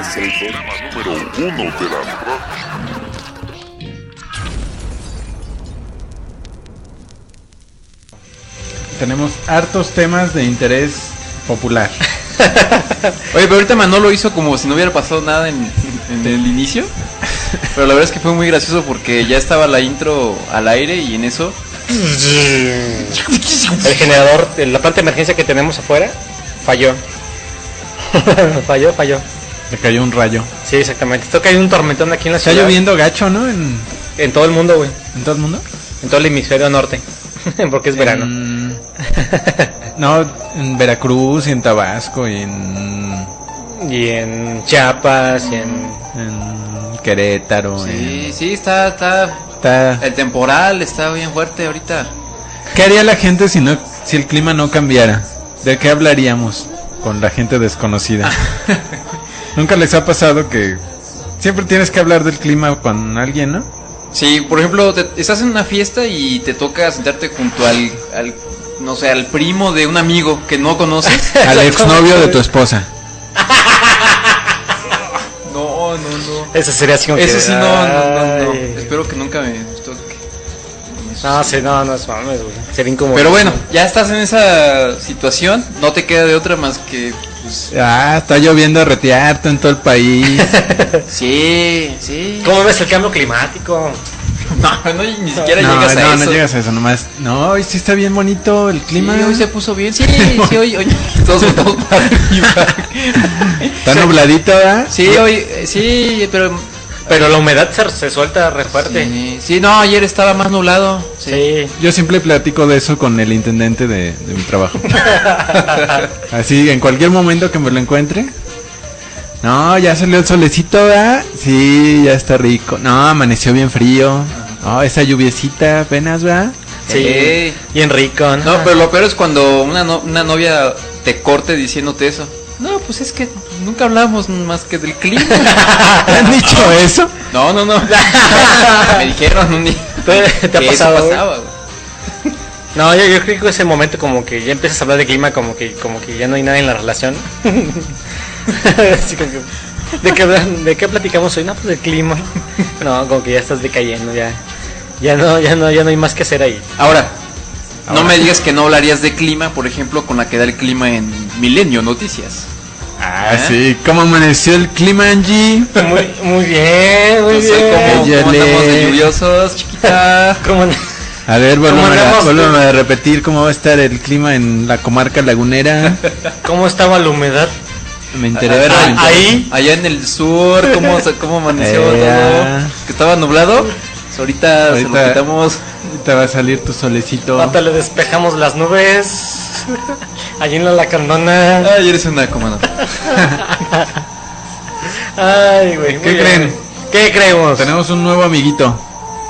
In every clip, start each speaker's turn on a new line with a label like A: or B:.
A: Este es el programa número uno de la radio.
B: Tenemos hartos temas de interés popular. Oye, pero ahorita Manolo hizo como si no hubiera pasado nada en, en el inicio. Pero la verdad es que fue muy gracioso porque ya estaba la intro al aire y en eso.
C: El generador, de la planta de emergencia que tenemos afuera, falló. falló, falló.
B: Le cayó un rayo.
C: Sí, exactamente. Esto que hay un tormentón aquí en la
B: Está
C: ciudad.
B: lloviendo gacho, ¿no? En,
C: En todo el mundo, güey.
B: en todo el mundo.
C: En todo el hemisferio norte. Porque es verano.
B: En- no, en Veracruz y en Tabasco y en,
D: Mm.
C: Y en Chiapas, y en...
B: en Querétaro.
D: Sí, sí, está, está.
B: en- está-
D: El temporal está bien fuerte ahorita.
B: ¿Qué haría la gente si, no, si el clima no cambiara? ¿De qué hablaríamos con la gente desconocida? Nunca les ha pasado que siempre tienes que hablar del clima con alguien, ¿no?
D: Sí, por ejemplo, te- estás en una fiesta y te toca sentarte junto al, al, no sé, al primo de un amigo que no conoces.
B: Al exnovio de tu esposa.
D: No, no, no.
C: Eso sería así como
D: Eso
C: que-
D: sí, no, no, no, no.
C: Ay.
D: Espero que nunca me toque.
C: No, sí, no, no es mames, güey. Sería incómodo.
D: Pero bueno, ya estás en esa situación, no te queda de otra más que... Pues,
B: Ah, está lloviendo a retearte en todo el país.
D: sí, sí.
C: ¿Cómo ves el cambio climático?
D: No, no, ni siquiera
B: no,
D: llegas a
B: no,
D: eso.
B: no llegas a eso nomás. No, hoy sí está bien bonito el
D: Sí,
B: clima.
D: hoy se puso bien, sí, sí, hoy, hoy, todos todos para arriba.
B: Está nubladito, ¿verdad?
D: Sí, hoy, eh, sí, pero...
C: Pero la humedad se, se suelta re fuerte.
D: Sí, sí, no, ayer estaba más nublado. Sí.
C: Sí.
B: Yo siempre platico de eso con el intendente de, de mi trabajo. Así, en cualquier momento que me lo encuentre. No, ya salió el solecito, ¿verdad? Sí, ya está rico. No, amaneció bien frío. No, esa lluviecita apenas, ¿verdad?
C: Sí.
D: Ey.
C: Bien rico, ¿no?
D: No, pero lo peor es cuando una, no- una novia te corte diciéndote eso. No, pues es que nunca hablamos más que del clima.
B: ¿Te han dicho eso?
D: No, no, no. Me dijeron un día.
C: ¿Te- te ha
D: que eso
C: pasado, güey?
D: pasaba, güey.
C: No, yo, yo creo que ese momento como que ya empiezas a hablar de clima, como que, como que ya no hay nada en la relación. Así como que, ¿de, qué, hablan- ¿De qué platicamos hoy? No, pues del clima. No, como que ya estás decayendo, ya. Ya no, ya no, ya no hay más que hacer ahí.
D: Ahora, no me digas que no hablarías de clima, por ejemplo, con la que da el clima en Milenio Noticias.
B: Ah,
D: ¿Eh?
B: sí. ¿Cómo amaneció el clima, Angie?
C: Muy, muy bien, muy
D: No sé
C: bien.
D: cómo, cómo
B: Éyale.
D: andamos de lluviosos, chiquita.
C: ¿Cómo no?
B: A ver, vuélvame a,
C: andamos?
B: vuélvame a repetir cómo va a estar el clima en la comarca lagunera.
C: ¿Cómo estaba la humedad?
B: Me
D: A
B: interesa.
D: ver,
B: me
C: ah,
B: interesa.
C: ahí.
D: Allá en el sur, ¿cómo, se- cómo amaneció
B: Eh,
D: todo?
B: ah.
D: Que estaba nublado. Pues ahorita, se
B: Ahorita-
D: lo quitamos.
B: Te va a salir tu solecito.
C: Hasta le despejamos las nubes. Allí en la lacandona.
D: Ay, eres una comando.
C: Ay, güey. muy
B: ¿Qué
C: bien.
B: creen?
C: ¿Qué creemos?
B: Tenemos un nuevo amiguito.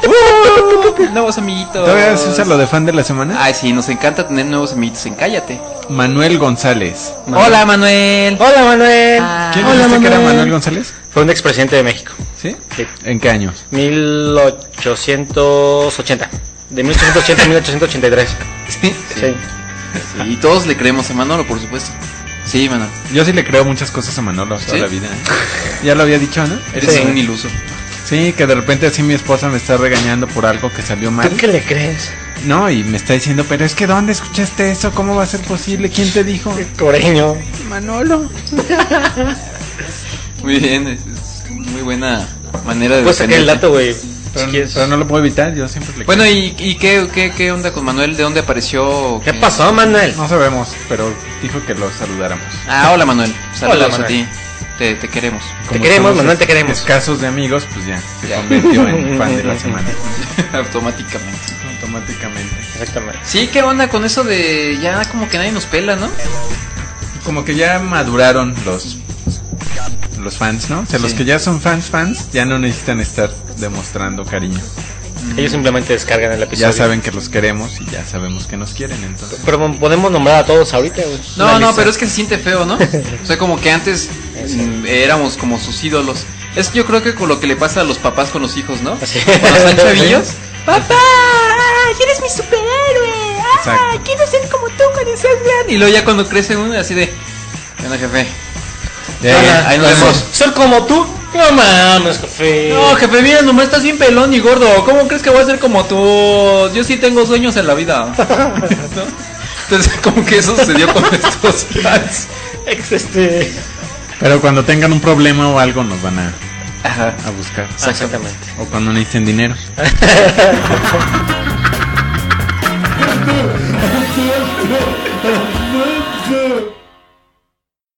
D: Nuevos amiguitos.
B: ¿Todavía se usa lo de fan de la semana?
D: Ay, sí, nos encanta tener nuevos amiguitos en Cállate.
B: Manuel González.
D: Hola, Manuel.
C: Hola, Manuel.
B: ¿Quién
C: Hola,
B: dijiste que era
C: Manuel.
B: Manuel González?
C: Fue un expresidente de México.
B: ¿Sí?
C: Sí.
B: ¿En qué años?
C: 1880. De 1880 a 1883.
D: Sí.
C: Sí.
D: Y todos le creemos a Manolo, por supuesto. Sí, Manolo.
B: Yo sí le creo muchas cosas a Manolo toda
D: ¿Sí?
B: la vida. ¿eh? Ya lo había dicho, ¿no?
D: Eres
C: Sí.
D: un iluso.
B: Sí, que de repente así mi esposa me está regañando por algo que salió mal.
C: ¿Tú qué le crees?
B: No, y me está diciendo, pero es que ¿dónde escuchaste eso? ¿Cómo va a ser posible? ¿Quién te dijo?
C: Coreño.
B: Manolo.
D: Muy bien, es, es muy buena manera de
C: Pues saqué el
D: defenderte.
C: dato, güey. Si
B: Pero,
C: quieres.
B: pero no lo puedo evitar, yo siempre le
D: Bueno,
B: creo.
D: ¿y, y qué, qué, qué onda con Manuel? ¿De dónde apareció?
C: ¿Qué pasó, Manuel?
B: No sabemos, pero dijo que lo saludáramos.
D: Ah, hola, Manuel. Saludos
C: Hola,
D: a
C: Manuel.
D: ti. Te, te queremos.
B: Como
C: queremos,
B: somos
C: Manuel, te
B: es-
C: queremos.
B: Escasos de amigos, pues ya, se
D: Ya.
B: convirtió en fan de la semana.
D: Automáticamente.
B: Automáticamente.
C: Exactamente.
D: Sí, ¿qué onda con eso de ya como que nadie nos pela, no?
B: Como que ya maduraron los los fans, ¿no? O sea, los
D: Sí.
B: que ya son fans, fans, ya no necesitan estar demostrando cariño.
C: Ellos simplemente descargan el episodio.
B: Ya saben que los queremos y ya sabemos que nos quieren, entonces.
C: Pero podemos nombrar a todos ahorita, güey.
D: No, no, pero es que se siente feo, ¿no? O sea, como que antes mm, éramos como sus ídolos. Es yo creo que con lo que le pasa a los papás con los hijos, ¿no?
C: Así.
D: Cuando están chavillos.
C: Sí.
D: ¡Papá! ¡Eres mi ah, superhéroe!
B: Exacto.
D: quiero ser como tú, Caricelvian. Y luego ya cuando crece uno, así de. Bueno, jefe.
B: Ya, ya,
D: ahí nos
B: entonces,
D: vemos.
C: Ser como tú. No mames, jefe.
D: No, jefe, mira, nomás estás bien pelón y gordo. ¿Cómo crees que voy a ser como tú? Yo sí tengo sueños en la vida. ¿No? Entonces, como que eso sucedió con estos fans.
C: Ex- este.
B: Pero cuando tengan un problema o algo nos van a,
D: Ajá.
B: a buscar.
C: Exactamente.
B: O cuando necesiten dinero.